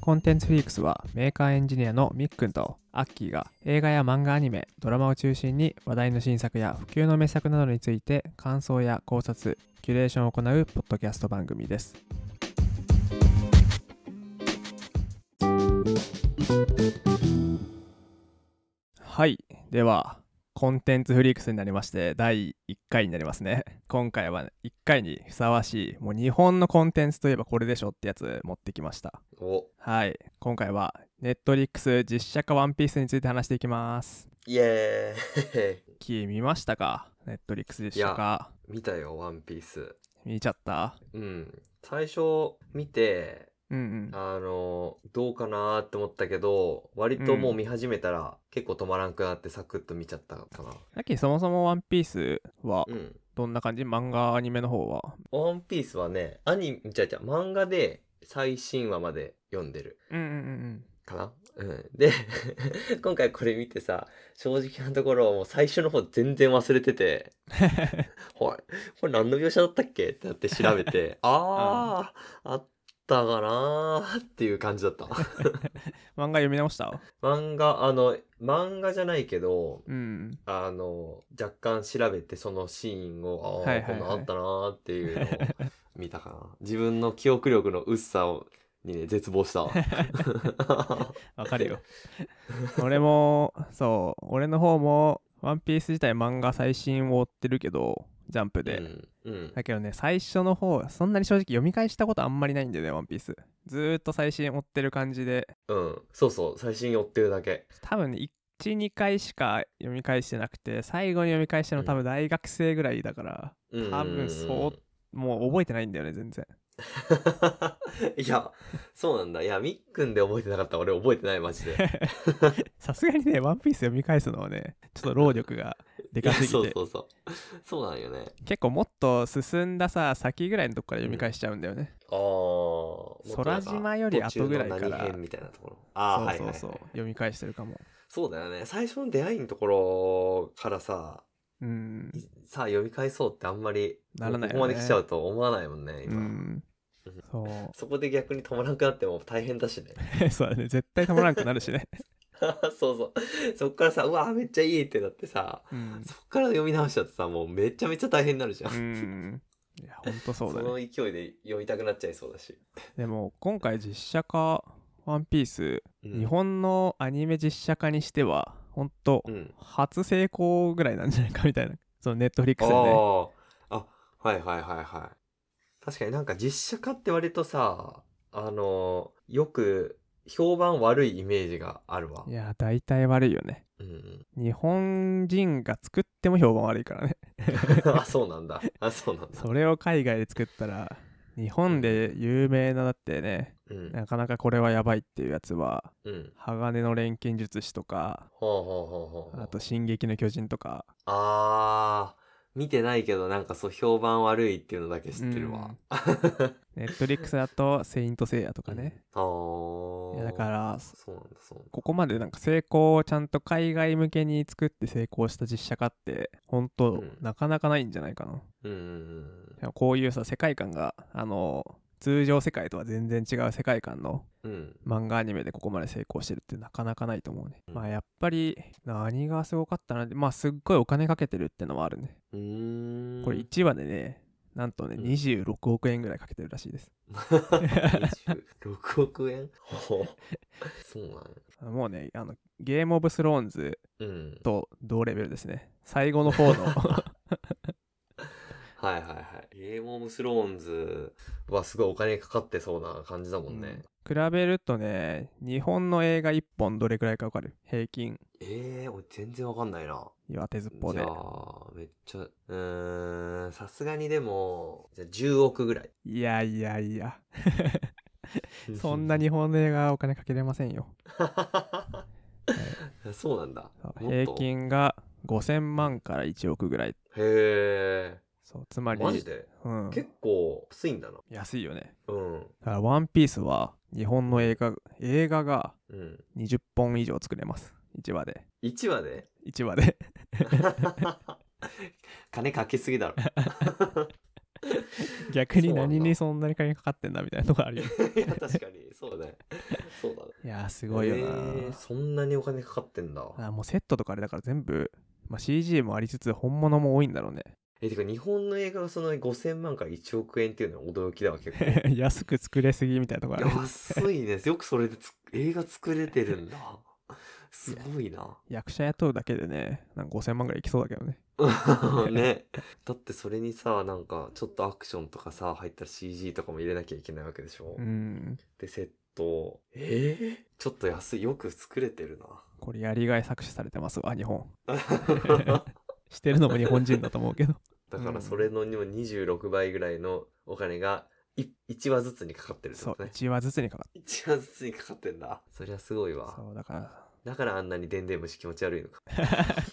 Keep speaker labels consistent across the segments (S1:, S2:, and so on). S1: コンテンツフリークスはメーカーエンジニアのみっくんとアッキーが映画や漫画アニメ、ドラマを中心に話題の新作や普及の名作などについて感想や考察、キュレーションを行うポッドキャスト番組です。はい。では、コンテンツフリークスになりまして、第1回になりますね。今回は1回にふさわしい、もう日本のコンテンツといえばこれでしょってやつ持ってきました。
S2: お
S1: はい。今回は、ネットリックス実写化ワンピースについて話していきます。
S2: イエーイ
S1: キー見ましたかネットリックス実写化。
S2: 見たよワンピース
S1: 見ちゃった
S2: うん最初見て
S1: うんうん。
S2: あのどうかなーって思ったけど割ともう見始めたら、結構止まらんくなってサクッと見ちゃったかな
S1: さっきそもそもワンピースは
S2: うん
S1: どんな感じ漫画アニメの方は。
S2: ワンピースはねアニメじゃじゃ漫画で最新話まで読んでる
S1: うんうんうん
S2: かなうん、で 今回これ見てさ正直なところもう最初の方全然忘れ ててはい。これ何の描写だったっけってなって調 べて、あー、あったかなーっていう感じだった。
S1: うん。漫画読み直した
S2: 漫画、あの、漫画じゃないけど、
S1: うん。
S2: あの、若干調べてそのシーンを、
S1: は
S2: ああ
S1: い
S2: ー、
S1: はいはい
S2: こんなんあったなーっていうのを見たかな。 自分の記憶力の薄さをにね、絶 望したわ。
S1: わか るよ。俺も、そう、俺の方も、ワンピース自体漫画最新を追ってるけど、ジャンプで。
S2: うん、うん。
S1: だけどね、最初の方、そんなに正直読み返したことあんまりないんだよね、ワンピース。ずーっと最新追ってる感じで、
S2: うん。そうそう、最新追ってるだけ。
S1: 多分ね、1、2回しか読み返してなくて、最後に読み返したの多分大学生ぐらいだから、
S2: うん
S1: 多分そうもう覚えてないんだよね、全然。
S2: いや、そうなんだ。いや、みっくんで覚えてなかった。俺覚えてない、マジで。
S1: さすがにね、ワンピース読み返すのはね、ちょっと労力がでかすぎ
S2: い
S1: て
S2: や、 そうそうそう。そうなんよね。
S1: 結構もっと進んださ、先ぐらいのとこから読み返しちゃうんだよね。
S2: ああ。もっとなんか
S1: 空島より後ぐらいから
S2: 途中の何編みたいなところ。ああ、はい
S1: そう
S2: はい
S1: そう
S2: はい
S1: そう、読み返してるかも。
S2: そうだよね。最初の出会いのところからさ、
S1: うん。
S2: いさあ読み返そうってあんまり、
S1: ならないよね
S2: ここまで来ちゃうと思わないもんね、
S1: う
S2: 今。
S1: ん。そ
S2: そこで逆に止まらなくなっても大変だしね。
S1: う。そうだね、絶対たまらなくなるしね。
S2: そうそう。そっからさ、うわ、めっちゃいいってなってさ、
S1: うん。
S2: そっから読み直しちゃってさ、もうめちゃめちゃ大変になるじゃん。
S1: うん。いや、ほんとそうだ
S2: その
S1: ね。
S2: 勢いで読みたくなっちゃいそうだし。
S1: でも、今回実写化、ワンピース、
S2: うん
S1: 日本のアニメ実写化にしては、ほんと
S2: う、ん。
S1: 初成功ぐらいなんじゃないかみたいな。そのネットフリックスでね。
S2: ああ、あ、はいはいはいはい。確かになんか実写化って割とさ、あのーよく評判悪いイメージがあるわ
S1: い。や、大体悪いよね。
S2: うん、
S1: 日本人が作っても評判悪いからね
S2: あ、そうなん だ。あ、そうなんだ。
S1: それを海外で作ったら日本で有名なだってね
S2: うん。
S1: なかなかこれはやばいっていうやつは
S2: うん。
S1: 鋼の錬金術師とか
S2: ほうほうほうほうほう。
S1: あと「進撃の巨人」とか
S2: あー、見てないけどなんかそう評判悪いっていうのだけ知ってる わ。
S1: ネットリックスだと「セイント・セイヤ」とかね、
S2: あー。
S1: いやだから
S2: そうなんだ、そうなんだ。
S1: ここまでなんか成功をちゃんと海外向けに作って成功した実写化って本
S2: う
S1: 当
S2: ん
S1: なかなかないんじゃないかな、
S2: うんうんうん
S1: こういうさ世界観があの通常世界とは全然違う世界観の
S2: うん。うん。
S1: 漫画アニメでここまで成功してるってなかなかないと思うね、
S2: うん
S1: まあやっぱり何がすごかったなってまあすっごいお金かけてるってのはあるね
S2: うーん。
S1: これ1話でねなんとね
S2: うん
S1: 26億円ぐらいかけてるらしい です
S2: 26億 円ほうそうなんや
S1: もうねあのゲームオブスローンズ
S2: うん
S1: と同レベルですね最後の方の
S2: はいはいはいゲームオブスローンズはすごいお金かかってそうな感じだもんね、
S1: 比べるとね日本の映画1本どれくらいかわかる平均
S2: ええー、俺全然わかんないな
S1: 岩手ずっぽう
S2: じゃ
S1: で
S2: あめっちゃうーんさすがにでもじゃあ10億ぐらい
S1: いやいやいやそんな日本の映画はお金かけれませんよ
S2: そうなんだ
S1: そう
S2: もっ
S1: 平
S2: と
S1: 均が5000万から1億ぐらい
S2: へえ
S1: そうつまり
S2: マジで
S1: うん、
S2: 結構安いんだな
S1: 安いよね
S2: うん
S1: だから「ワンピースは日本の映画映画が
S2: うん
S1: 20本以上作れます1話で
S2: 1話で
S1: 1話 で
S2: 金かけすぎだろ
S1: 逆に
S2: そうなんだ
S1: 何にそんなに金かかってんだみたいなとこあるよね
S2: いや確かにそうだねそうだね
S1: いやーす
S2: す
S1: ごいよな、
S2: そんなにお金かかってんだ
S1: あーもうセットとかあれだから全部、まあ、CG もありつつ本物も多いんだろうね
S2: えてか日本の映画がその5000万から1億円っていうのは驚きだわ結構
S1: 安く作れすぎみたいなとこある
S2: 安いねよくそれでつ映画作れてるんだすごいな
S1: 役者雇うだけでねなんか5000万ぐらいいきそうだけどね
S2: ねだってそれにさなんかちょっとアクションとかさ入ったら CG とかも入れなきゃいけないわけでしょ、
S1: うん
S2: でセットえーちょっと安いよく作れてる な
S1: これやりがい搾取されてますわ日本してるのも日本人だと思うけど
S2: だからそれのにも26倍ぐらいのお金が1話ずつにかかってるって
S1: そう
S2: ことね。
S1: 1話ずつにかかっ
S2: 1話ずつにかかってんだ。そりゃすごい
S1: た
S2: わ。
S1: そうだから
S2: だからあんなにでんでん虫気持ち悪いのか。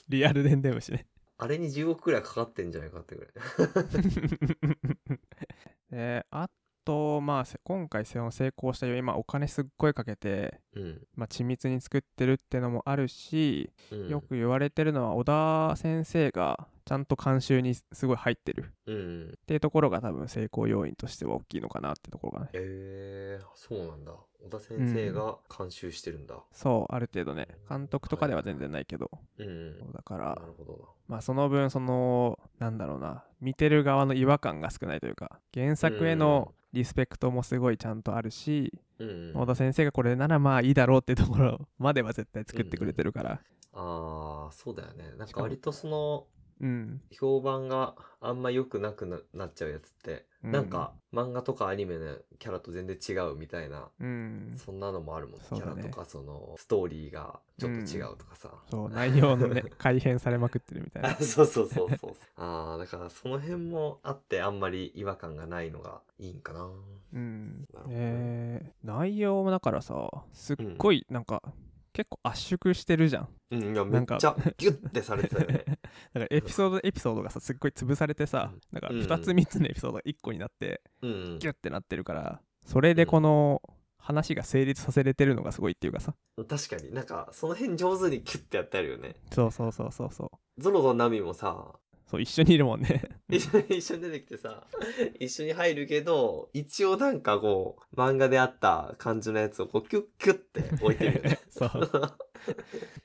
S1: リアルでんでん虫 ね
S2: あれに10億くらいかかってんじゃないかってぐらい。
S1: であとまあせ今回その成功したよ今お金すっごいかけて、
S2: うん。
S1: まあ、緻密に作ってるってのもあるし、
S2: うん、
S1: よく言われてるのは小田先生がちゃんと監修にすごい入ってるっ
S2: うん。
S1: ていうところが多分成功要因としては大きいのかなってところがね
S2: えー、そうなんだ。小田先生が監修してるんだ。
S1: そうある程度ね監督とかでは全然ないけど、
S2: うん。
S1: そうだか
S2: な
S1: ら
S2: るほど
S1: まあその分そのなんだろうな見てる側の違和感が少ないというか原作へのリスペクトもすごいちゃんとあるし
S2: な。うん。
S1: 小田先生がこれならまあいいだろうってところまでは絶対作ってくれてるから
S2: ああ、そうだよね。なん
S1: しか
S2: か
S1: も
S2: 割とその、
S1: うん
S2: 評判があんま良くなくななっちゃうやつって、
S1: うん
S2: なんか漫画とかアニメのキャラと全然違うみたいな、
S1: うん
S2: そんなのもあるもん、ね、
S1: そ
S2: キ
S1: うだ
S2: ャ
S1: ね
S2: ラとかそのストーリーがちょっと違うとかさ、
S1: そう内容 のね改変されまくってるみたい
S2: あ
S1: な
S2: そうそうそうそうああだからその辺もあってあんまり違和感がないのがいいんかな
S1: うん
S2: なるほどね
S1: えー内容もだからさすっごいなんか結構圧縮してるじゃん
S2: うんいやめ
S1: な
S2: っ
S1: んか
S2: ちゃギュッてされ てたよね
S1: だからエピソードエピソードがさすっごい潰されてさなんか2つ3つのエピソードが1個になって
S2: うん
S1: ギュッてなってるからそれでこの話が成立させれてるのがすごいっていうかさ
S2: 確かになんかその辺上手にギュッてやってあるよね
S1: そうそうそうそうそう
S2: ゾロとナミもさ
S1: そう一緒にいるもんね
S2: 一緒に一緒に出てきてさ、一緒に入るけど、一応なんかこう、漫画であった感じのやつをこう、キュッキュッって置いてるよね。
S1: そうこ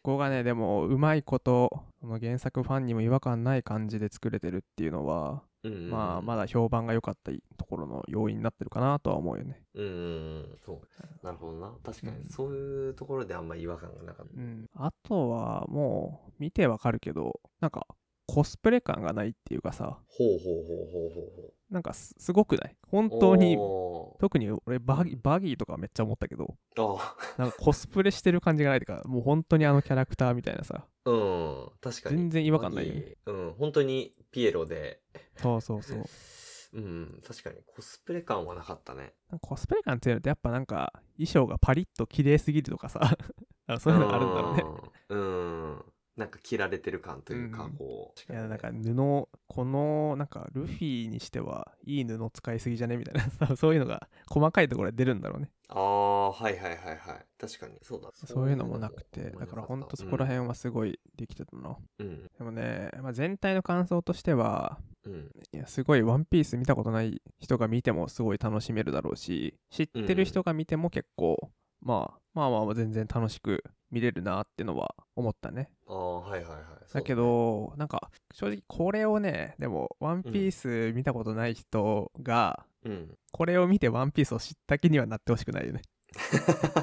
S1: こがねでもうまいことこの原作ファンにも違和感ない感じで作れてるっていうのは、
S2: うん
S1: まあま
S2: だ。
S1: だ評判が良かったところの要因になってるかなとは思うよね
S2: うんうん。そう。なるほどな。確か
S1: うん
S2: に、そういうところであんま違和感がなかっ
S1: うんあとはもう見てわかるけどなんかコスプレ感がないっていうかさ
S2: た。ほうほうほうほうほうほ。
S1: なんかすすごくないう本当に
S2: おー
S1: 特に俺バギバギーとかめっちゃ思ったけど
S2: あ
S1: なんかコスプレしてる感じがないというかもう本当にあのキャラクターみたいなさ
S2: あ、うん。確かに。
S1: 全然違和感ないよね
S2: うん。本当にピエロで。
S1: そうそうそうなんか
S2: うん。確かに、コスプレ感はなかったね。
S1: コスプレ感っていうのってやっぱなんか衣装がパリッと綺麗すぎるとかさ あそういうのがあるんだろうね
S2: うん。うんなんか切られてる感というか、
S1: うん
S2: こう。
S1: いやなんか布このなんかルフィにしてはいい布使いすぎじゃねみたいな さそういうのが細かいところで出るんだろうね
S2: ああ、はいはいはいはい。確かに。そうだ。
S1: そういうのもなくて
S2: 思い
S1: だ
S2: か
S1: からほんとそこら辺はすごいできてたな、
S2: 辺。うん。
S1: でもね、まあ、全体の感想としては
S2: うん。
S1: いやすごい「ワンピース見たことない人が見てもすごい楽しめるだろうし知ってる人が見ても結構、まあ、まあまあまあ全然楽しく見れるなってのは思ったね
S2: ああ、はいはいはい。
S1: だけどなんか正直これをねでも「ワンピース見たことない人が、
S2: そうだね。うん。
S1: これを見て「ワンピースを知った気にはなってほしくないよね
S2: はい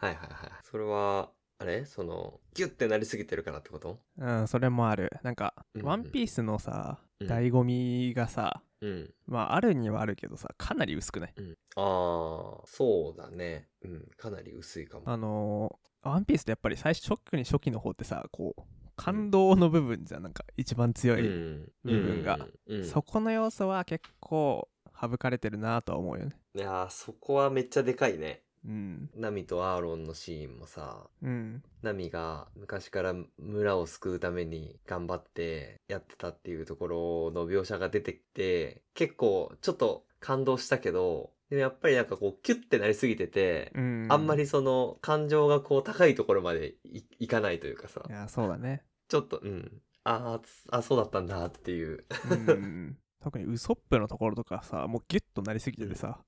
S2: はいはい。それは、あれその、ギュッてなりすぎてるからってこと
S1: うんそれもあるなんか「
S2: うんうん
S1: ワンピースのさ
S2: うん
S1: 醍醐味がさ
S2: うん。
S1: まああるにはあるけどさかなり薄くない
S2: うん。ああ、そうだね。うん。かなり薄いかも。
S1: あのーワンピースってやっぱり最初特に初期の方ってさこう感動の部分じゃんなんか一番強
S2: う
S1: い、
S2: ん。
S1: 部分が
S2: うん。うん。
S1: そこの要素は結構省かれてるなとは思うよね
S2: いやー、そこはめっちゃでかいね。
S1: うん
S2: ナミとアーロンのシーンもさ、
S1: うん
S2: ナミが昔から村を救うために頑張ってやってたっていうところの描写が出てきて、結構ちょっと感動したけど、でもやっぱりなんかこうキュッてなりすぎてて、
S1: うん
S2: あんまりその感情がこう高いところまでいいかないというかさ
S1: い、やそうだね
S2: ちょっと、うん、あーつあ、そうだったんだっていう。
S1: うん特にウソップのところとかさもうギュッとなりすぎててさ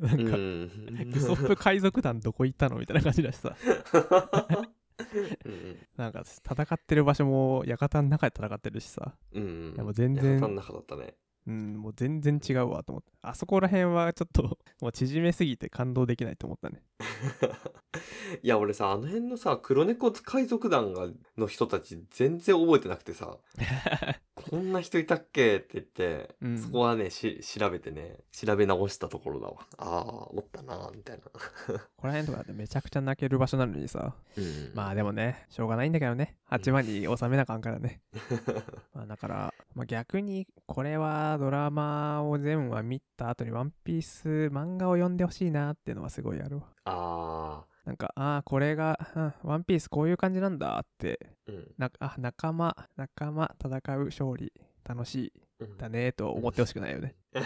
S1: なか、
S2: うんん
S1: ウソップ海賊団どこ行ったのみたいな感じだしさ
S2: うん
S1: なんか戦ってる場所も館の中で戦ってるしさ
S2: うんうん
S1: いやもう全然
S2: 館の中だったね
S1: うんもう全然違うわと思ってあそこら辺はちょっと もう縮めすぎて感動できないと思った ね
S2: いや俺さあの辺のさ黒猫海賊団がの人たち全然覚えてなくてさこんな人いたっけって言って、
S1: うん
S2: そこはねし調べてね調べ直したところだわああおったなーみたいな
S1: ここら辺とかだってめちゃくちゃ泣ける場所なのにさ
S2: うん
S1: まあでもねしょうがないんだけどね8万に収めなあかんから ね、まあ、だから、まあ、逆にこれはドラマを全話見た後に「ワンピース漫画を読んでほしいなっていうのはすごいあるわ
S2: あ
S1: なんかああこれが「うんワンピースこういう感じなんだって
S2: ーうん
S1: なあ仲間仲間戦う勝利楽しい
S2: うん
S1: だねとは思ってほしくないよね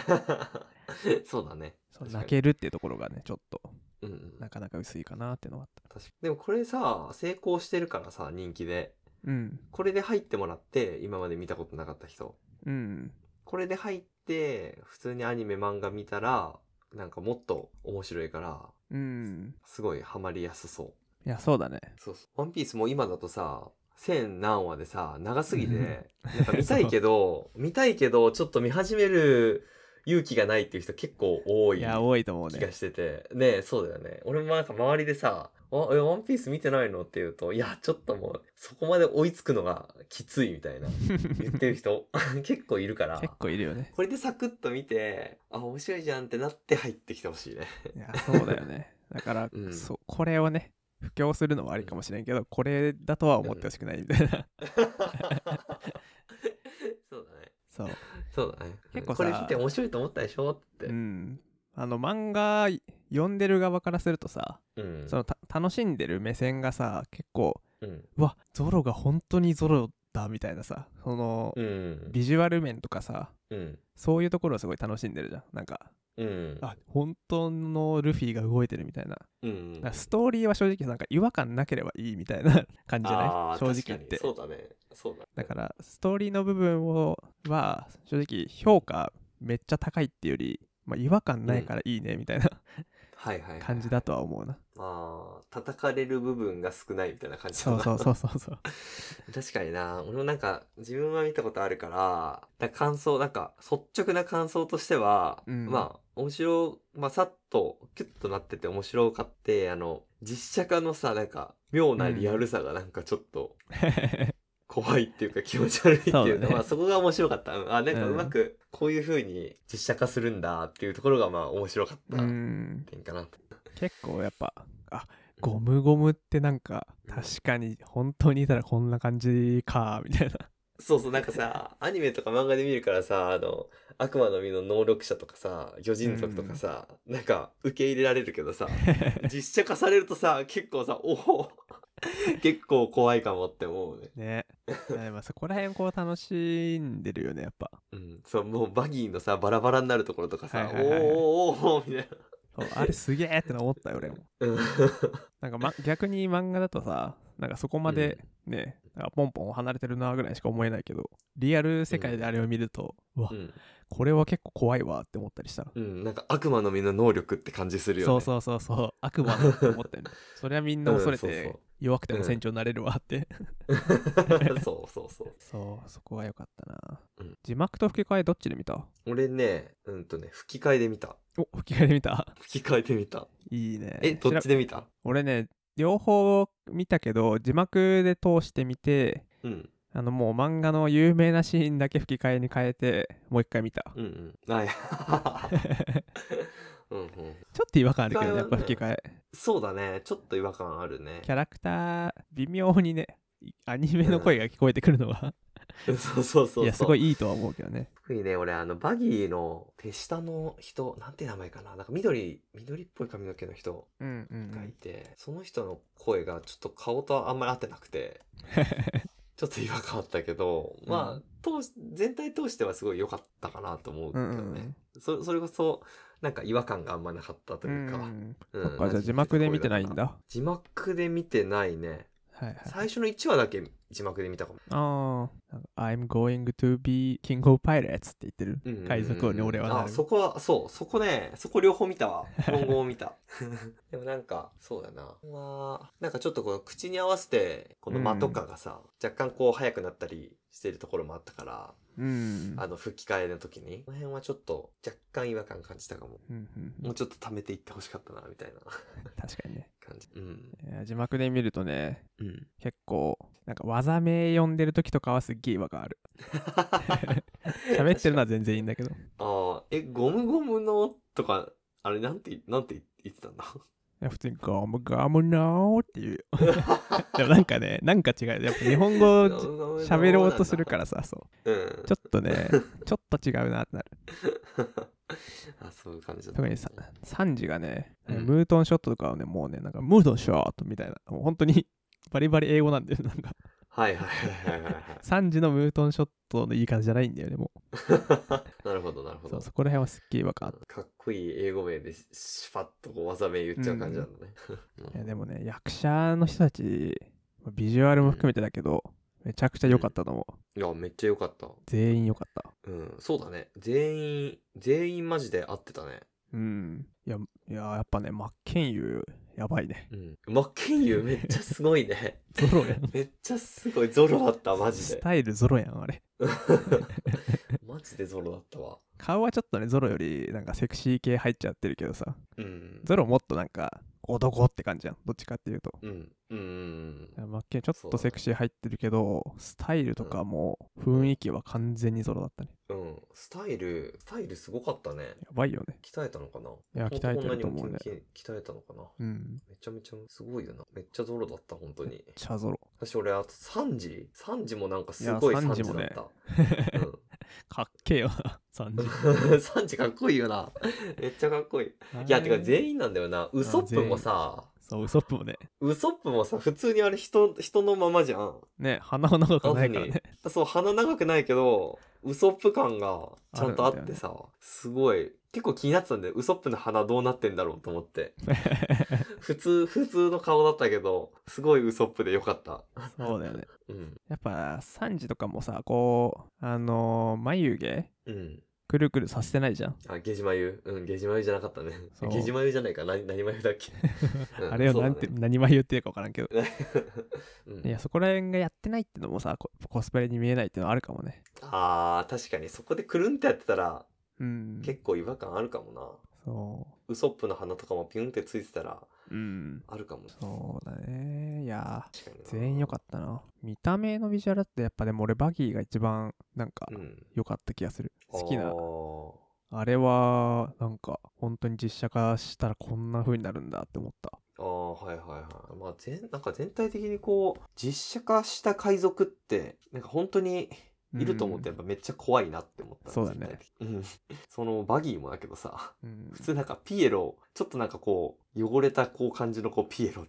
S2: そうだね
S1: そう
S2: 確かに
S1: 泣けるっていうところがねちょっと
S2: うんうん
S1: なかなか薄いかなっていうのがあっ
S2: 確かでもこれさ成功してるからさ人気で
S1: たうん
S2: これで入ってもらって今まで見たことなかった人
S1: うん
S2: これで入って普通にアニメ漫画見たらなんかもっと面白いから
S1: うん
S2: すごいハマりやすそう
S1: いやそうだね
S2: そうそうワンピースも今だとさ千何話でさ長すぎてなんか見た
S1: そ
S2: いうけ ど見たいけどちょっと見始める勇気がないっていう人結構多
S1: い
S2: い
S1: や多いと思う
S2: 気
S1: ね
S2: がしててねそうだよね俺もなんか周りでさ「あえワンピース見てないの?」って言うと「いやちょっともうそこまで追いつくのがきつい」みたい な言ってる人 結構いるから
S1: 結構いるよ ね
S2: これでサクッと見て、あ、面白いじゃんってなって入ってきてほしい ね。
S1: いやそうだよねだから、
S2: うん
S1: そうこれをね布教するのはありかもしれんけどこれだとは思ってほしくないみたいな、
S2: そうだね。
S1: そう
S2: そうだね。
S1: 結構さ
S2: これ見て面白いと思ったでしょって。
S1: う
S2: うん。
S1: んあの漫画読んでる側からするとさ、
S2: うん。
S1: そのた楽しんでる目線がさ結構
S2: うん。
S1: うわゾロが本当にゾロだみたいなさその、
S2: うん。
S1: ビジュアル面とかさ
S2: うん。
S1: そういうところをすごい楽しんでるじゃんなんか
S2: うん。
S1: あ本当のルフィが動いてるみたいな
S2: うん
S1: だからストーリーは正直なんか違和感なければいいみたいな 感じじゃな
S2: あ
S1: い
S2: ー
S1: 正直言って
S2: 確かにそうだね。そうだ、ね。
S1: だからストーリーの部分をは正直評価めっちゃ高いっていうより、まあ、違和感ないからいいねみたいな
S2: はいはいはい、
S1: 感じだ。とは思うな、
S2: まあ、叩かれる部分が少ないみたいな感じだ
S1: そう
S2: な
S1: そうそうそうそう
S2: 確かにな俺もなんか自分は見たことあるからなんか感想なんか率直な感想としては、
S1: うん
S2: まあ面白まあさっとキュッとなってて面白かってあの実写化のさなんか妙なリアルさがなんかちょっと怖いっていうか気持ち悪いっていう
S1: そ
S2: か、
S1: うだね
S2: まあ、そこが面白かったうんあなんか
S1: うん
S2: うまくこういう風に実写化するんだっていうところが まあ面白かっ
S1: う
S2: た
S1: ん
S2: 点かな、
S1: 結構やっぱあゴムゴムってなんか確かに本当にいたらこんな感じかみたいな
S2: そうそう、なんかさ、アニメとか漫画で見るからさ、あの、悪魔の実の能力者とかさ、魚人族とかさ、なんか受け入れられるけどさ、実写化されるとさ、結構さ、おお結構怖いかもって思う
S1: ね
S2: ね。
S1: でもそこら辺こう楽しんでるよねやっぱ
S2: うん。そう、もうバギーのさ、バラバラになるところとかさ、
S1: はいはいはいはい
S2: おーおーおーおーみたいな。
S1: そうあれすげえっての思ったよ俺も
S2: うん。
S1: なんか、ま、逆に漫画だとさなんかそこまでね、なんかポンポン離れてるなぐらいしか思えないけどリアル世界であれを見ると、うわ
S2: うん。
S1: これは結構怖いわって思ったりしたの、
S2: うん。なんか悪魔の実の能力って感じするよ
S1: そう
S2: ね。う。
S1: そうそうそう悪魔だって思ったよねそりゃみんな恐れ
S2: うんそう
S1: て
S2: そう
S1: 弱くても船長になれるわって、
S2: そうそうそう。
S1: そうそこは良かったな、
S2: うん
S1: 字幕と吹き替えどっちで見た
S2: 俺ね、うんとね、吹き替えで見た。
S1: お吹き替えで見た
S2: 吹き替えで見た。
S1: いいね
S2: え、どっち
S1: 調べ
S2: で見た
S1: 俺ね両方見たけど字幕で通してみて
S2: うん。
S1: あのもう漫画の有名なシーンだけ吹き替えに変えてもう一回見たちょ
S2: うんうん。はい。 うんうん、
S1: っと違和感あるけどねやっ
S2: 吹き替
S1: ぱ
S2: えはね
S1: 吹き替え
S2: そうだね。ちょっと違和感あるね
S1: キ。ャラクター微妙にねいアニメの声が聞こえてくるのは
S2: そう そうそうそう。
S1: いやすごいいいとは思うけどね
S2: 特にね、俺、あの、バギーの手下の人、なんて名前かな。なんか緑、緑っぽい髪の毛の人
S1: うんう
S2: がい
S1: ん
S2: て、その人の声がちょっと顔とあんまり合ってなく て、ちょっと違和感あったけど、
S1: う
S2: ま
S1: ん
S2: あ、通し全体通してはすごい良かったかなと思うけ
S1: う
S2: ど
S1: ん
S2: ね。
S1: うん
S2: そそれこそ、なんか違和感があんまなかったと
S1: う
S2: いうん
S1: う
S2: か。
S1: ん
S2: うん
S1: そっかじゃあ字幕で見てないん。だ
S2: 字幕で見てないね。
S1: はいはい。
S2: 最初の1話だけ字幕で見たかも。
S1: ああ、なんか I'm going to be King of Pirates って言ってる。
S2: うんうんうんうん
S1: 海賊王に俺はなる
S2: あ、そこは、そう、そこね、そこ両方見 たわ。本語を見た。 でもなんか、そうだな。まあ、なんかちょっとこの口に合わせて、この間とかがさ、若干こう早くなったりしてるところもあったから、
S1: うん。
S2: あの、吹き替えの時に。この辺はちょっと若干違和感感じたかも。
S1: うんうんう
S2: も
S1: ん
S2: うちょっと溜めていってほしかったな、みたいな
S1: 確かにね。
S2: 感じ。うん。
S1: いや字幕で見るとね、
S2: うん。
S1: 結構、なんか技名読んでる時とかはすっげえ違和感ある。喋ってるのは全然いいんだけど。い
S2: ああ、え、ゴムゴムのとか、あれ、なんて、なんて言ってた んだ。
S1: や普通にガムガムなーっていう。でもなんかね、なんか違う。やっぱ日本語じ喋ろうとするかららさ、そう。
S2: うん。
S1: ちょっとね、ちょっと違うなってなる。
S2: あ、そういう感じだった
S1: 特にさ、サンジがね、
S2: うん
S1: ムートンショットとかをね、もうね、なんかムートンショットみたいな、もう本当に バリバリ英語なんだよ、なんか。
S2: はいはいはいは いはい
S1: サンジのムートンショットのいい感じじゃないんだよね、もう。
S2: はい。なるほどなるほ
S1: そ
S2: ど
S1: う。そこら辺はすっげえ違和感あった。
S2: かっこいい英語名でしシュパッとこう技名言っちゃう感じなんだね。
S1: いや
S2: うん
S1: でもね、役者の人たち、ビジュアルも含めてだけど、めちゃくちゃ良かったと思う。
S2: いや、めっちゃ良かった。
S1: 全員良かった。
S2: うん、そうだね。全員、全員マジで合ってたね。
S1: うん。いや、いややっぱね、真剣佑、やばいね。
S2: うん。マッケンユーめっちゃすごい ね。
S1: ゾロやん。
S2: めっちゃすごい。ゾロだった、マジ
S1: ス
S2: で。
S1: タイルゾロやん、あれ。
S2: マジでゾロだったわ。
S1: 顔はちょっとね、ゾロよりなんかセクシー系入っちゃってるけどさ、
S2: うん。
S1: ゾロもっとなんか男って感じやん。どっちかっていうと。
S2: うん。うんうんうん。
S1: マッケンちょっとセクシー入ってるけど、スタイルとかも雰囲気は完全にゾロだったね。
S2: うん。スタイル、スタイルすごかったね。
S1: やばいよね。
S2: 鍛えたのかない
S1: や、鍛えてると思うね。
S2: 本当こんなにもき鍛えたのかな
S1: うん。
S2: めちゃめちゃすごいよな。めっちゃゾロだった、本 当に。
S1: チャゾロ。
S2: 私、俺、あと3時 ?3 時もなんかすごい
S1: いや
S2: 3
S1: サンジ
S2: 時
S1: も
S2: だっ
S1: ね
S2: た。
S1: かっけえよ な、サンジ。
S2: うん、3時かっ こいいよな。めっちゃかっこいい。いや、てか全員なんだよな。ウソップもさ、
S1: そう、ウソップもね。
S2: ウソップもさ、普通にあれ人、人のままじゃん。
S1: ね、鼻を長くないから
S2: に
S1: ね。
S2: そう、鼻長くないけど、ウソップ感がちゃんとあってさ、すごい。結構気になってたんで、ウソップの鼻どうなってんだろうと思って。普通、普通の顔だったけど、すごいウソップでよかった。
S1: そうだよね。
S2: うん。
S1: やっぱ、サンジとかもさ、こう、あのー眉毛
S2: うん。
S1: くるくるさせてないじゃん。
S2: あ、ゲジマユ。うん、ゲジマユじゃなかったね
S1: そ。う
S2: ゲジマユじゃないか。何、何マユだっけ。うん
S1: あれを
S2: そうだ
S1: なんて、
S2: ね
S1: 何眉っていうか分からんけど。
S2: うん
S1: いや、そこら辺がやってないってのもさ、ココスプレに見えないってのはあるかもね。
S2: あー、確かにそこでくるんってやってたら、
S1: うん。
S2: 結構違和感あるかもな。
S1: そ
S2: ウソップの鼻とかもピュンってついてたら、
S1: う。うん。
S2: あるかも。
S1: そうだね。いや
S2: 確かに
S1: ー、全員良かったな。見た目のビジュアルってやっぱでも俺バギーが一番なんか
S2: たうん。
S1: 良かった気がする。好き
S2: あ
S1: な。
S2: ー
S1: あれはなんか本当に実写化したらこんな風になるんだって思った。
S2: ああ、はいはいはい。まあ、全、なんか全体的にこう、実写化した海賊って、なんか本当にいると思って、やっぱめっちゃ怖いなって思った。
S1: そうだね
S2: 全体的に。うん。そのバギーもだけどさ、
S1: うん。
S2: 普通なんかピエロ、ちょっとなんかこう、汚れたこう感じのこうピエロ、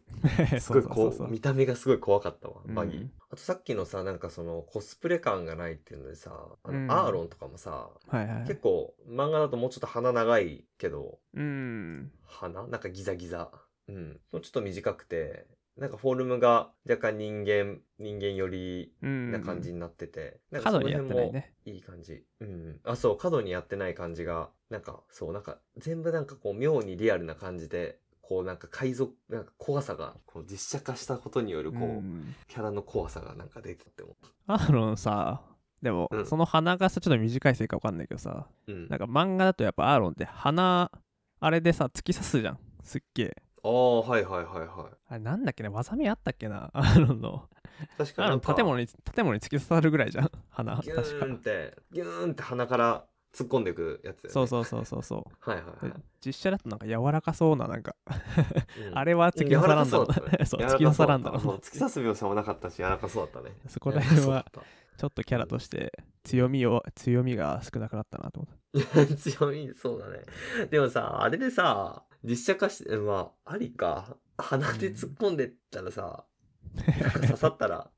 S2: す
S1: そ
S2: ご
S1: う
S2: いこう、見た目がすごい怖かったわ、バギー。
S1: うん
S2: あとさっきのさ、なんかそのコスプレ感がないっていうのでさ、あの
S1: うん
S2: アーロンとかもさ、
S1: はいはい。
S2: 結構漫画だともうちょっと鼻長いけど、
S1: うん。
S2: 鼻なんかギザギザ。うん。もうちょっと短くて、なんかフォルムが若干人間、人間寄り
S1: うん。
S2: な感じ。になってて、なんか
S1: 角
S2: その
S1: にやっ
S2: 辺
S1: てない
S2: も
S1: ね。
S2: いい感じ。うん。あ、そう、角にやってない感じが、なんか、そう、なんか全部なんかこう妙にリアルな感じで、こうなんか海賊、なんか怖さが、こう実写化したことによるこう、
S1: うん
S2: キャラの怖さがなんか出てたって思
S1: アーロンさ、でも、
S2: うん
S1: その鼻がさ、ちょっと短いせいかわかんないけどさ、
S2: う。うん。
S1: な
S2: あ
S1: んか漫画だとやっぱアーロンって鼻、あれでさ、突き刺すじゃん。すっげえ。
S2: あー、はいはいはいは
S1: あれなんだっけね、技名あったっけな、 アーロンの。
S2: い。確
S1: アー
S2: かにな
S1: ロン
S2: んか
S1: 建物に、建物に突き刺さるぐらいじゃん、鼻。
S2: ギ
S1: 確
S2: ューンっ
S1: か。
S2: て、ギューンって鼻から突っ込んでいくやつだよね。
S1: そうそうそうそうそ
S2: はいはい、
S1: う
S2: はい
S1: で。実写だとなんか柔らかそうななんか、
S2: うん
S1: あれは突き刺さらんだろう
S2: 柔らかそうだった ね
S1: そう
S2: 柔ら
S1: 突
S2: か
S1: き刺さらんだろう
S2: そうったそう突き刺す描写もなかったし、柔らかそうだったね。
S1: そ こら辺
S2: 柔ら
S1: は
S2: かそうだった
S1: ちょっとキャラとして強みを強みが少なくなったなと思っ
S2: 強み、そうだね。でもさ、あれでさ、実写化して、まあ、ありか。鼻で突っ込んでったらさ、なんか刺さったら、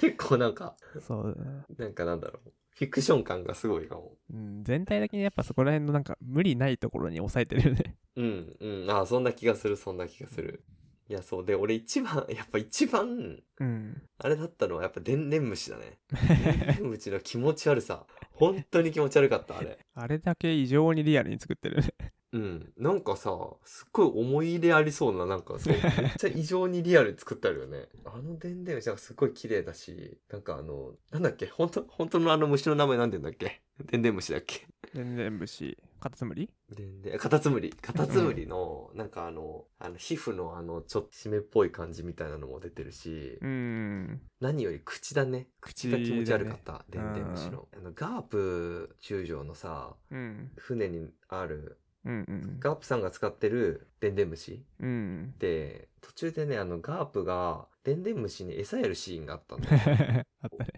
S2: 結構なんか、
S1: たそうだね、
S2: なんかなんだろう。フィクション感がすごいかも。
S1: うん、全体的にやっぱそこら辺のなんか無理ないところに抑えてるよね
S2: うん、うん。ああ、そんな気がする、そんな気がする。いや、そう。で、俺一番、やっぱ一番、
S1: うん。
S2: あれだったのはやっぱ電電虫だね。電電虫の気持ち悪さ。本当に気持ち悪かった、あれ。
S1: あれだけ異常にリアルに作ってるね。
S2: うん。なんかさ、すっごい思い入れありそうな、なん かそう、めっちゃ異常にリアルに作ってあるよね。あの電電虫なんかすごい綺麗だし、なんかあの、なんだっけ本当本当のあの虫の名前なんて言うんだっけ電電虫だっけ
S1: 全然虫。カタツムリ
S2: でで、カタツムリ。カタツムリの、なんかあの、あの皮膚のあの、ちょっと湿っぽい感じみたいなのも出てるし、
S1: うん。
S2: 何より口だね。口が気持ち悪かった。
S1: 口
S2: で
S1: だね
S2: んでん虫の。あの、ガープ中将のさ、
S1: うん。
S2: 船にある、
S1: うんうん。
S2: ガープさんが使ってるでんでん虫
S1: うん。
S2: で、途中でね、あの、ガープが、でんでん虫に餌やるシーンがあったの。
S1: あったね。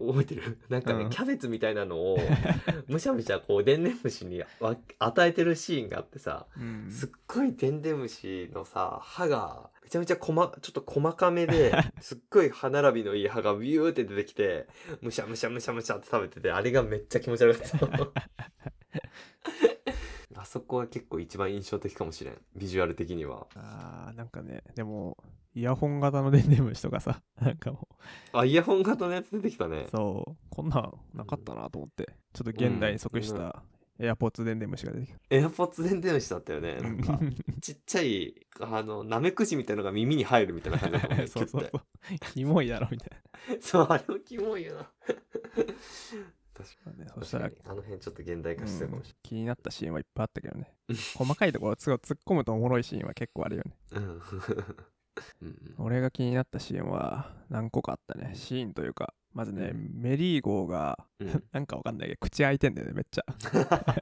S2: お覚えてるなんかね、
S1: うん
S2: キャベツみたいなの を、むしゃむしゃこう、でんでん虫にわ与えてるシーンがあってさ、
S1: うん。
S2: すっごいでんでん虫のさ、歯が、めちゃめちゃ細、ちょっと細かめ で、すっごい歯並びのいい歯がビューって出てきて、むしゃむしゃむしゃむしゃって食べてて、あれがめっちゃ気持ち悪 かった。あそこは結構一番印象的かもしれん。ビジュアル的には。
S1: あーなんかね、でも、イヤホン型の電電虫とかさ、なんかも
S2: あ、イヤホン型のやつ出てきたね
S1: う、。そう、こんなんなかったなと思って、ちょっと現代に即したエアポッツ電電虫が出てき
S2: エアポッツでんでん虫だったよね。
S1: た。
S2: なんか、ちっちゃい、あの、ナメクジみたいのが耳に入るみたいな感じだったもんね。
S1: そうそう
S2: キュッ
S1: そ
S2: て
S1: う。キモいだろみたい
S2: そう、あれもキモいよな。
S1: な。ね、そしたら、
S2: 確かにあの辺ちょっと現代化してるかもしれない。
S1: 気になったシーンはいっぱいあったけど ね。細かいところを突っ込むとおもろいシーンは結構あるよね。
S2: うん。 うん
S1: 俺が気になったシーンは何個かあったね。シーンというか、まずね、
S2: う
S1: メリーゴーが、
S2: うん、い
S1: なんかわかんないけど、口開いてんだよね、めっちゃ。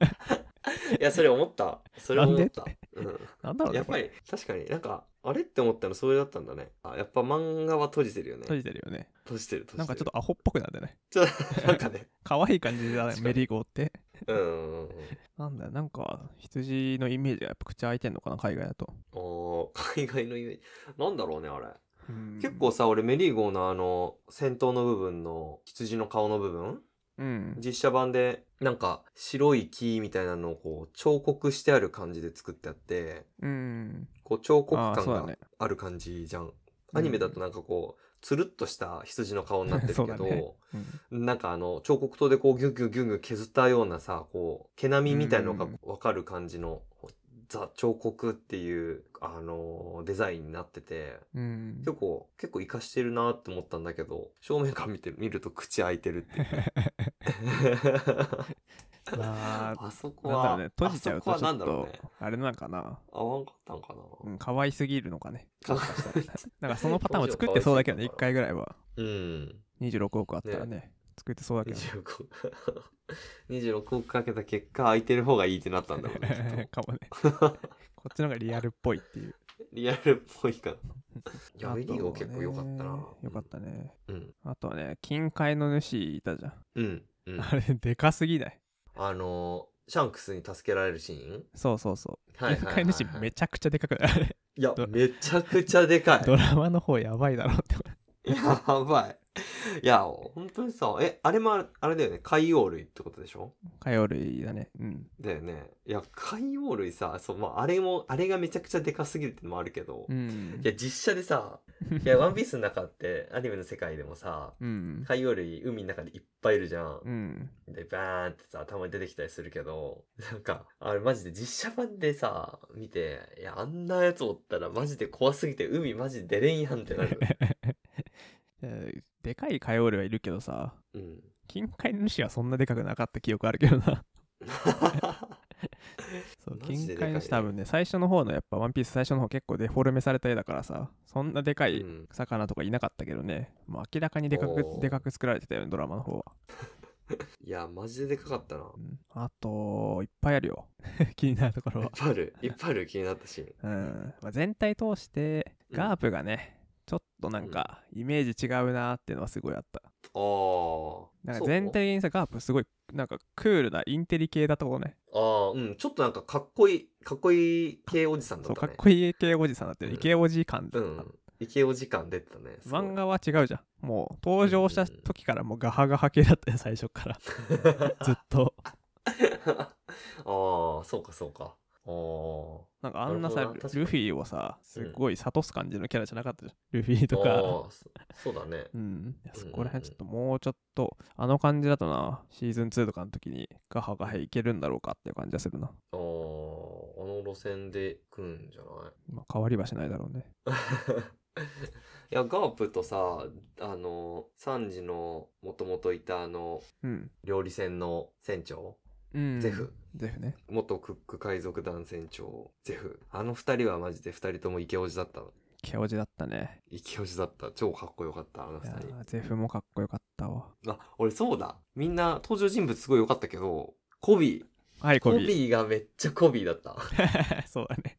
S2: やそれ思ったそれ思った
S1: なん
S2: う
S1: なんだろ
S2: ん、
S1: うね、
S2: やっ
S1: こ
S2: ぱ
S1: れ。
S2: り確かになんかあれって思ったのそれだったんだねあやっぱ漫画は閉じてるよね
S1: 閉じてるよね。
S2: 閉じてる閉じてる
S1: なんかちょっとアホっぽくなってない
S2: ちょっと なんかね
S1: 可愛い感じだね
S2: 確かに
S1: メリーゴーって
S2: うんうんうん
S1: なんだよなんか羊のイメージがやっぱ口開いてんのかな海外だと、
S2: おー海外のイメージなんだろうねあれ、
S1: うん
S2: 結構さ俺メリーゴーのあの戦闘の部分の羊の顔の部分
S1: うん
S2: 実写版でなんか白い木みたいなのをこう彫刻してある感じで作ってあって
S1: うん
S2: こう彫刻
S1: ああ
S2: 感
S1: そうだ
S2: が
S1: ね
S2: ある感じじゃん、アニメだとなんかこうつるっとした羊の顔になってるけ
S1: そうだ
S2: ど、
S1: ねうん
S2: なんかあの彫刻刀でこうギュッギュッギュッギュッ削ったようなさこう毛並みみたいのが
S1: うん
S2: わかる感じの、ザ彫刻っていうあのーデザインになってて
S1: うん
S2: 結構結構活かしてるなって思ったんだけど正面から見て見ると口開いてるってい う
S1: まあ
S2: あそこ
S1: なんだろ
S2: は、
S1: うね閉じちゃうと
S2: あ
S1: ちょ
S2: そこはな
S1: っ
S2: んだろ
S1: と
S2: うね
S1: あれなんかな
S2: 合わんかったんかな、
S1: うん可愛すぎるのかね
S2: か
S1: もしかしたら なんかそのパターンを作ってそうだけどね
S2: どうしよ
S1: 1
S2: う
S1: 回ぐらいは
S2: うん
S1: 26億あったらね作ってそうだけど
S2: 26億26億かけた結果空いてる方がいいってなったんだろうね
S1: ねかもね
S2: きっと
S1: こっちの方がリアルっぽいっていう
S2: リアルっぽい か
S1: あ
S2: ない
S1: と
S2: や
S1: は
S2: メ
S1: ね
S2: リーゴー結構良かったな
S1: 良かったね
S2: うん
S1: あとはね近海の主いたじゃん
S2: うんうん
S1: あれでかすぎない
S2: あのーシャンクスに助けられるシーン
S1: そうそうそう
S2: はいはい
S1: 一
S2: はい
S1: 回主
S2: はい
S1: めちゃくちゃでかくない あれ
S2: いや
S1: ド
S2: めちゃくちゃでか
S1: ドラマの方やばいだろって 思う
S2: いやばいいや本当にさえあれもああれだよね海洋類ってことでしょ
S1: 火曜類だねうん
S2: だよねいや海洋類さそう、まあ、あれもあれがめちゃくちゃでかすぎるってのもあるけど、
S1: う
S2: い
S1: ん
S2: や実写 でさいや「ワンピースの中ってアニメの世界でもさ
S1: うん
S2: 海洋類海の中でいっぱいいるじゃん
S1: う。ん
S2: で、バーンってさ、たまに出てきたりするけど、なんか、あれマジで実写版でさ、見て、いや、あんなやつおったらマジで怖すぎて海マジで出れんやんって なる。
S1: えーでかい火曜類はいるけどさ
S2: うん。
S1: 近海の主はそんなでかくなかった記憶あるけど なそう
S2: マジ
S1: 近
S2: ででかい
S1: 海
S2: ね
S1: の主多分ね最初の方のやっぱワンピース最初の方結構デフォルメされた絵だからさそんなでか
S2: う
S1: い
S2: ん、
S1: 魚とかいなかったけどねもう明らかにでかく
S2: おー
S1: でかく作られてたよねドラマの方は、
S2: いや、マジででかかったな。
S1: うん、あといっぱいあるよ 気になるところ
S2: いっ
S1: は
S2: ぱいある。いっぱいある気になったシー
S1: う
S2: ン。
S1: んまあ、全体通して
S2: うん
S1: ガープがね、ちょっとなんかイメージ違うなーっていうのはす ごいあった
S2: ああ。
S1: なんか全体的にさガープすごいなんかクールなインテリ系だとこね
S2: そうああ、うん。ちょっとなんかかっこいい、かっこいい系おじさんだ
S1: そう
S2: った
S1: か
S2: ね
S1: っ。こいい系おじさんだってね、
S2: うん
S1: イケおじ感だ
S2: う
S1: った、
S2: ん。イケおじ感出てたね。すごい
S1: 漫画は違うじゃんもう登場した時からもうガハガハ系だったよ 最初からずっと
S2: ああ、そうかそうか。あお
S1: なんかあんな
S2: な
S1: さ
S2: るほどな確かに
S1: ルフィをさすっごい諭す感じのキャラじゃなかったじゃん、ルフィ
S2: ー
S1: とか
S2: おーそそうだね
S1: うん、いや
S2: うん
S1: そ
S2: うんうん
S1: こら辺ちょっともうちょっとあの感じだとなシーズン2とかの時にガハガハいけるんだろうかっていう感じはするな、
S2: おおーあの路線で来るんじゃない
S1: まあ、変わりはしないだろうね
S2: いやガープとさあのサンジのもともといたあの
S1: うん、
S2: 料理船の船長
S1: うん、
S2: ゼフ
S1: ゼフね
S2: 元クック海賊団船長ゼフあの二人はマジで二人ともイケオジだったの
S1: ケオジだったね
S2: イケオジだった超かっこよかったあの
S1: い
S2: 二
S1: や
S2: 人
S1: ーゼフもかっこよかったわ
S2: あ俺そうだみんな登場人物すごい良かったけどコビー
S1: はいコ
S2: コ
S1: ビー
S2: ビーがめっちゃコビーだった
S1: そうだね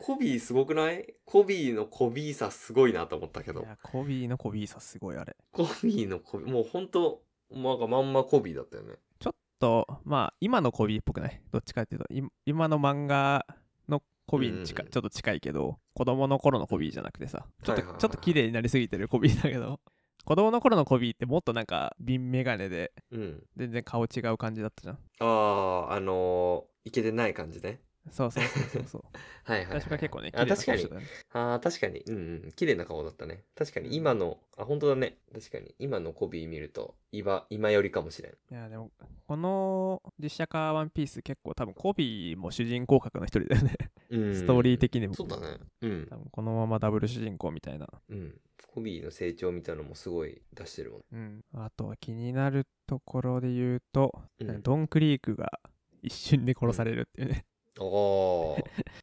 S2: コビーすごくないコビーのコビーさすごいなと思ったけ
S1: い
S2: ど
S1: やコビーのコビーさすごいあれ
S2: コビーのコビーもうほんとなんかまんまコビーだったよね
S1: ちょっとまあ今のコビーっぽくないどっちかっていうとい今の漫画のコビーに近い
S2: うん
S1: ちょっと近いけど子供の頃のコビーじゃなくてさちょっと
S2: はいはいはいはい
S1: ちょっと綺麗になりすぎてるコビーだけど 子供の頃のコビーってもっとなんか瓶眼鏡で
S2: うん
S1: 全然顔違う感じだったじゃん
S2: あああのー、いけてない感じね
S1: そうそうそうそうそう
S2: はいはい、はい、
S1: 私は結構ね綺麗
S2: あ
S1: な顔
S2: 確か
S1: し
S2: に
S1: てたよね
S2: ああ、確かに。うんうん。綺麗な顔だったね。確か
S1: うん
S2: に今の、あ、本当だね。確かに。今のコビー見ると、今、今よりかもしれん。
S1: いやでもこの実写化ワンピース結構多分コビーも主人公格の一人だよね
S2: うん。
S1: ストーリー的にも
S2: そうだね。うん
S1: 多。分このままダブル主人公みたいな
S2: うん。コビーの成長みたいなのもすごい出してるもん。
S1: うん、あとは気になるところで言うと、
S2: うん
S1: ドン・クリークが一瞬で殺されるっていうね、
S2: ああ。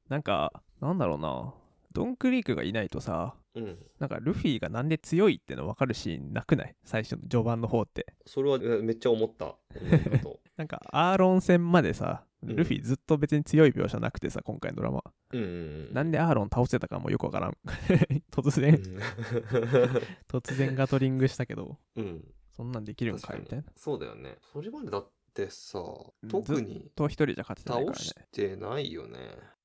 S1: なんかなんだろうなドン・クリークがいないとさ
S2: うん。
S1: なんかルフィがなんで強いっての分かるシーンなくない最初の序盤の方って
S2: それはえめっちゃ思った。同じ こと。
S1: なんかアーロン戦までさ
S2: うん
S1: ルフィずっと別に強い描写なくてさ今回のドラマ、
S2: うんうん。
S1: なん
S2: で
S1: でアーロン倒せたかもよくわ からん突
S2: う
S1: 然
S2: ん。
S1: 突然ガトリングしたけど
S2: うん。
S1: そんなんできるん
S2: 確
S1: かい
S2: かに
S1: みたいな。
S2: そうだよね。それまでだってさ
S1: ん、
S2: 特に
S1: と一人じゃ勝ててな
S2: 倒
S1: いからね
S2: してないよね。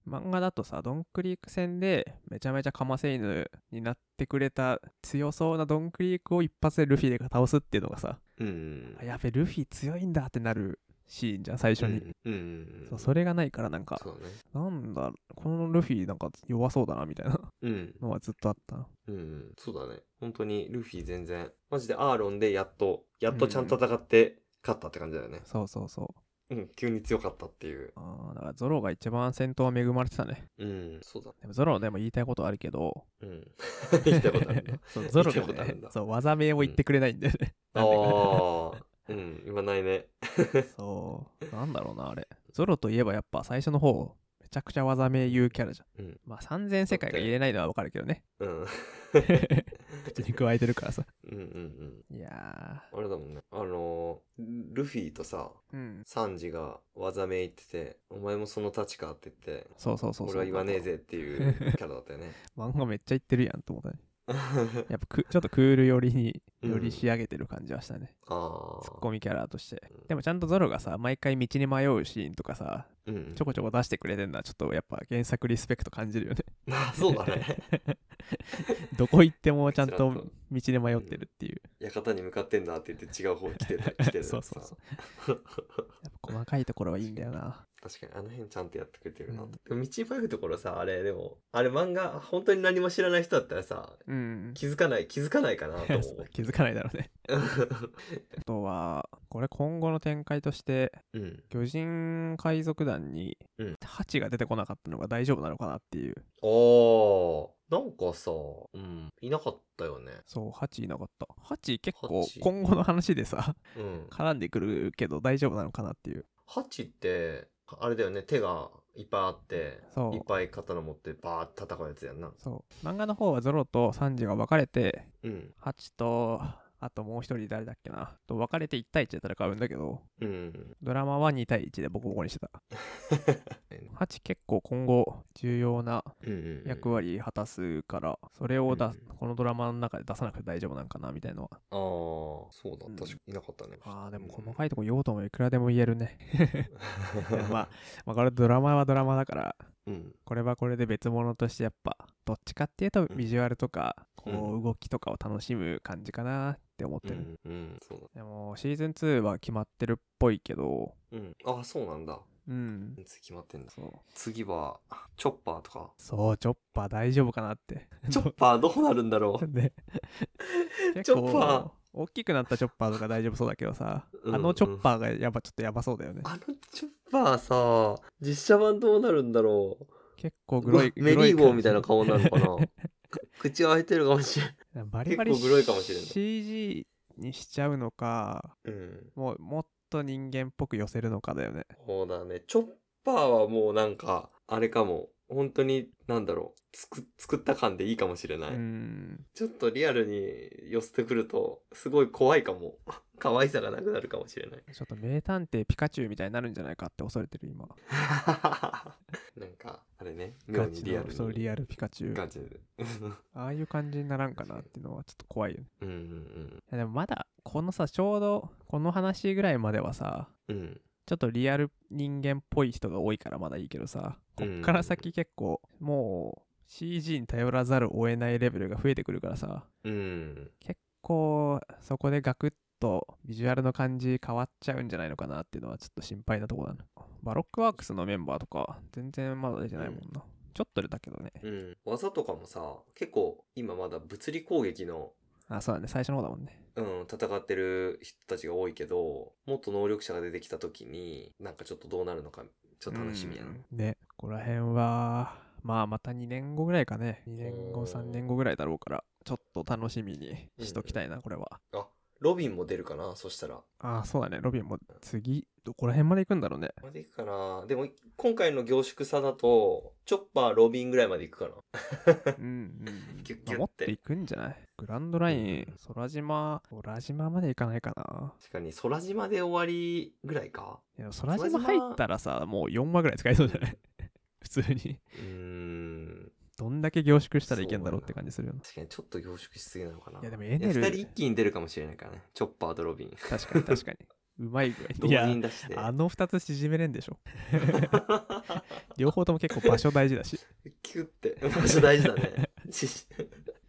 S1: 漫画だとさドンクリーク戦でめちゃめちゃかませ犬になってくれた強そうなドンクリークを一発でルフィが倒すっていうのがさ
S2: うん
S1: あ。やべルフィ強いんだってなるシーンじゃん最初に、
S2: うんうん。
S1: そう
S2: れ
S1: それがないからなんか
S2: そうだね。
S1: なんだこのルフィなんか弱そうだなみたいな
S2: うん。
S1: のはずっとあったな
S2: うん、そうだね。本当にルフィ全然、マジでアーロンでやっと、やっとちゃんと戦って勝ったって感じだよね。
S1: そうそうそう
S2: うん、急に強かったっていう。
S1: あーだからゾロが一番戦闘は恵まれてたね
S2: うん、そうだね。
S1: でもゾロでも言いたいことあるけど
S2: うん。 言いたいこと あるんだ。
S1: そうゾロ
S2: 言いたいこと
S1: が
S2: あ
S1: ね
S2: るんだ
S1: そう技名を言ってくれないんだよね、
S2: あ
S1: なんでか
S2: あ、うん、言わないね。
S1: そう。なんだろうな、あれ。ゾロといえばやっぱ最初の方、めちゃくちゃ技名言うキャラじゃん。
S2: うん
S1: まあ3000世界が言えないのはわかるけど ね。
S2: うん。
S1: 口に加えてるからさ。
S2: うんうんうん。
S1: いや
S2: あれだもんね。あのー、ルフィとさ、
S1: ー。うん。
S2: サンジが技名言ってて、お前もその立ちかって言って、
S1: そうそうそうそう。
S2: 俺は言わねえぜっていうキャラだったよ ね。
S1: 漫画めっちゃ言ってるやんと思ったね。やっぱくちょっとクール寄りに、
S2: うん
S1: より仕上げてる感じはしたね。
S2: あ
S1: ツッ
S2: あ。
S1: コミキャラとして
S2: うん。
S1: でもちゃんとゾロがさ、毎回道に迷うシーンとかさ、
S2: うんうん
S1: ちょこちょこ出してくれてんのは、ちょっとやっぱ原作リスペクト感じるよね。
S2: あそうだね。
S1: どこ行ってもちゃんと
S2: ちゃん
S1: 道
S2: と
S1: に迷ってるっていう。
S2: 館に向かってんだって言って違う方に来て る来てる
S1: そうそうそうやっぱ細かいところはいいんだよな。
S2: 確かにあの辺ちゃんとやってくれてるな
S1: うん
S2: と、でも道に迷うところさあれでもあれ漫画本当に何も知らない人だったらさ
S1: うん。
S2: 気づかない気づかないかな と思
S1: 気づかないだろう ね。
S2: う
S1: あとは、これ今後の展開として、
S2: うん
S1: 魚人海賊団に
S2: うん、
S1: ハチが出てこなかったのが大丈夫なのかなっていう。
S2: ああなんかさ、うん、いなかったよね
S1: そう、ハチいなかった。ハチ結構
S2: ハチ
S1: 今後の話でさ、
S2: うん
S1: 絡んでくるけど大丈夫なのかなっていう。
S2: ハチってあれだよね手がいっぱいあって
S1: そう
S2: いっぱい刀持ってバーって戦うやつやんな
S1: そう。漫画の方はゾロとサンジが分かれて、
S2: うん
S1: ハチと、あともう一人誰だっけな、と分かれて1対1で戦うんだけど、
S2: うん
S1: ドラマは2対1でボコボコに してた。ハチ結構今後重要な
S2: うんうんうん
S1: 役割果たすから、それをだ、
S2: うん
S1: このドラマの中で出さなくて大丈夫なんかなみたいなのは
S2: ああ、そうだ
S1: うん、
S2: 確かにいなかったね。
S1: あーでも細
S2: い。
S1: かいとこ言おうともいくらでも言える ねまあ、まあこれドラマはドラマだから
S2: うん、
S1: これはこれで別物としてやっぱどっちかっていうと
S2: ん
S1: ビジュアルとかこ
S2: う
S1: う動きとかを楽しむ感じかなって思って
S2: う
S1: る、
S2: ん、うん、そう
S1: でもシーズン2は決まってるっぽいけど
S2: だ。うん、ああ、そうなんだ。
S1: うん
S2: 次決まってんだ。
S1: そう
S2: 次は、チョッパーと か。
S1: そうチョッパー大丈夫かなって
S2: チョッパーどうなるんだろう
S1: ね
S2: チョッパー
S1: 大きくなったチョッパーとか大丈夫そうだけどさ、
S2: うん
S1: あのチョッパーがやっぱちょっとやばそうだよね
S2: あのチョッパーさ、実写版どうなるんだろ
S1: 結構
S2: う
S1: グロい
S2: グメ
S1: グロ
S2: リーゴーみたい
S1: 感じ
S2: な顔になるの かなく口開いてるかもしれん。
S1: バリバリ
S2: 結構グロいかもしれんな
S1: CG にしちゃうのか
S2: うん。
S1: もうもっと人間っぽく寄せるのかだよね
S2: そうだね。チョッパーはもうなんか、あれかも。本当に、なんだろう。つく、作った感でいいかもしれない。
S1: うん
S2: ちょっとリアルに寄せてくると、すごい怖いかも。 可愛さがなくなるかもしれない。
S1: ちょっと名探偵ピカチュウみたいになるんじゃないかって恐れてる今
S2: なんか、あれね。妙にリアル
S1: ガチのそう
S2: に。
S1: リアルピカチュウ
S2: ガチで。
S1: ああいう感じにならんかなっていうのはちょっと怖いよね
S2: うんうん
S1: いやでもまだこのさちょうどこの話ぐらいまではさ
S2: うん。うん。
S1: ちょっとリアル人間っぽい人が多いからまだいいけどさこっから先結構もう CG に頼らざるを得ないレベルが増えてくるからさ
S2: うん。
S1: 結構そこでガクッとビジュアルの感じ変わっちゃうんじゃないのかなっていうのはちょっと心配なところだなバロックワークスのメンバーとか全然まだ出てないもんな、ちょっと出たけどね
S2: うん。技とかもさ、結構今まだ物理攻撃の、
S1: あそうだね最初の方だもんね
S2: うん、戦ってる人たちが多いけど、もっと能力者が出てきた時に、なんかちょっとどうなるのか、ちょっと楽しみやな。
S1: うんねここら辺はまあまた2年後ぐらいかね2年後
S2: うん
S1: 3年後ぐらいだろうからちょっと楽しみにしときたいなこれは
S2: ロビンも出るかなそしたら。
S1: あそうだねロビンも次どこら辺まで行くんだろ うね
S2: までいくかなでも、今回の凝縮さだと、チョッパー、ロビンぐらいまでいくかな
S1: うんうん
S2: ギュッギュッて
S1: まあもっと行くんじゃないグランドライン
S2: うん
S1: 空島空島まで行かないかな
S2: 確かに、空島で終わりぐらいか
S1: いや空島入ったらさもう4話ぐらい使えそうじゃない 普通に
S2: うーん。
S1: どんだけ凝縮したらいけんだろうって感じするよ ね
S2: 確かに、ちょっと凝縮しすぎなのかない
S1: やでもエネル
S2: 二人一気に出るかもしれないからね。チョッパーとロビン。
S1: 確かに確かにうまいぐらい
S2: 同
S1: いや
S2: 時に出して。
S1: あの2つ縮めれんでしょ両方とも結構場所大事だし。
S2: キュって。場所大事だね。 し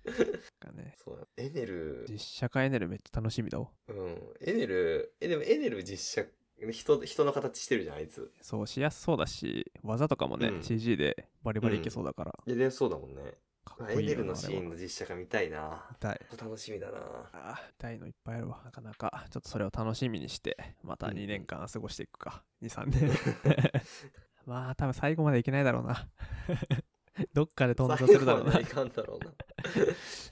S1: なんかね
S2: そうだエネル、
S1: 実写化エネルめっちゃ楽しみだわ。
S2: うん。エネル、え、でもエネル実写、人、人の形してるじゃん、あいつ。
S1: そうしやすそうだし、技とかもね、
S2: うん
S1: CG でバリバリいけそうだから、
S2: いや、でもそうだもんね。
S1: かっ
S2: エ
S1: こいい
S2: ネ
S1: よ
S2: ル
S1: な
S2: のシーン
S1: あ
S2: の実写が見たいな。
S1: れは痛い。
S2: 楽しみだな。
S1: あー痛いのいっぱいあるわ。なかなか、ちょっとそれを楽しみにして、また
S2: うん
S1: 2年間過ごしていくか。2、3年。 まあ、多分最後までいけないだろう な。どっかで頓挫するだろうな
S2: 最後までい。かんだろうな。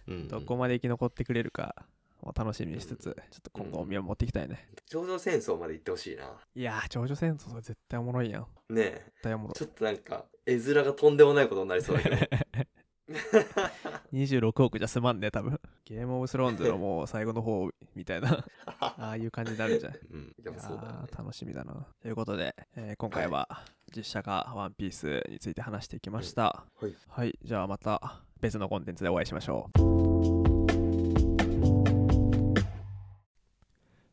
S2: うん
S1: どこまで生き残ってくれるかを楽しみにしつつ、
S2: うん
S1: ちょっと今後を見守っていきたいね。
S2: 頂上戦争まで行ってほしいな。
S1: いやー、頂上戦争それ絶対おもろいやん。絶
S2: ねえ。
S1: 対おもろ
S2: ちょっとなんか、絵面がとんでもないことになりそうだけど。
S1: い。26億じゃ済まんね、多分。ゲームオブスローンズのもう最後の方みたい な、ああいう感じになるんじゃん。い
S2: うん。やっぱ
S1: や
S2: そうだよね。
S1: ー楽しみだな。ということで、えー今回は実写化ワンピースについて話していきました。
S2: はい
S1: はい、じゃあまた別のコンテンツでお会いしましょう。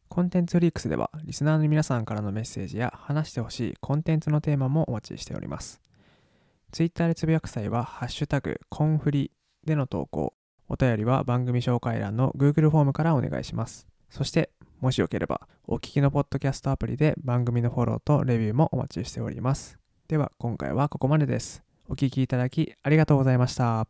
S1: コンテンツフリークスではリスナーの皆さんからのメッセージや話してほしいコンテンツのテーマもお待ちしております。ツイッターでつぶやく際は「ハッシュタグコンフリ」での投稿、お便りは番組紹介欄の Google フォームからお願いします。そして、もしよければお聞きのポッドキャストアプリで番組のフォローとレビューもお待ちしております。では今回はここまでです。お聞きいただきありがとうございました。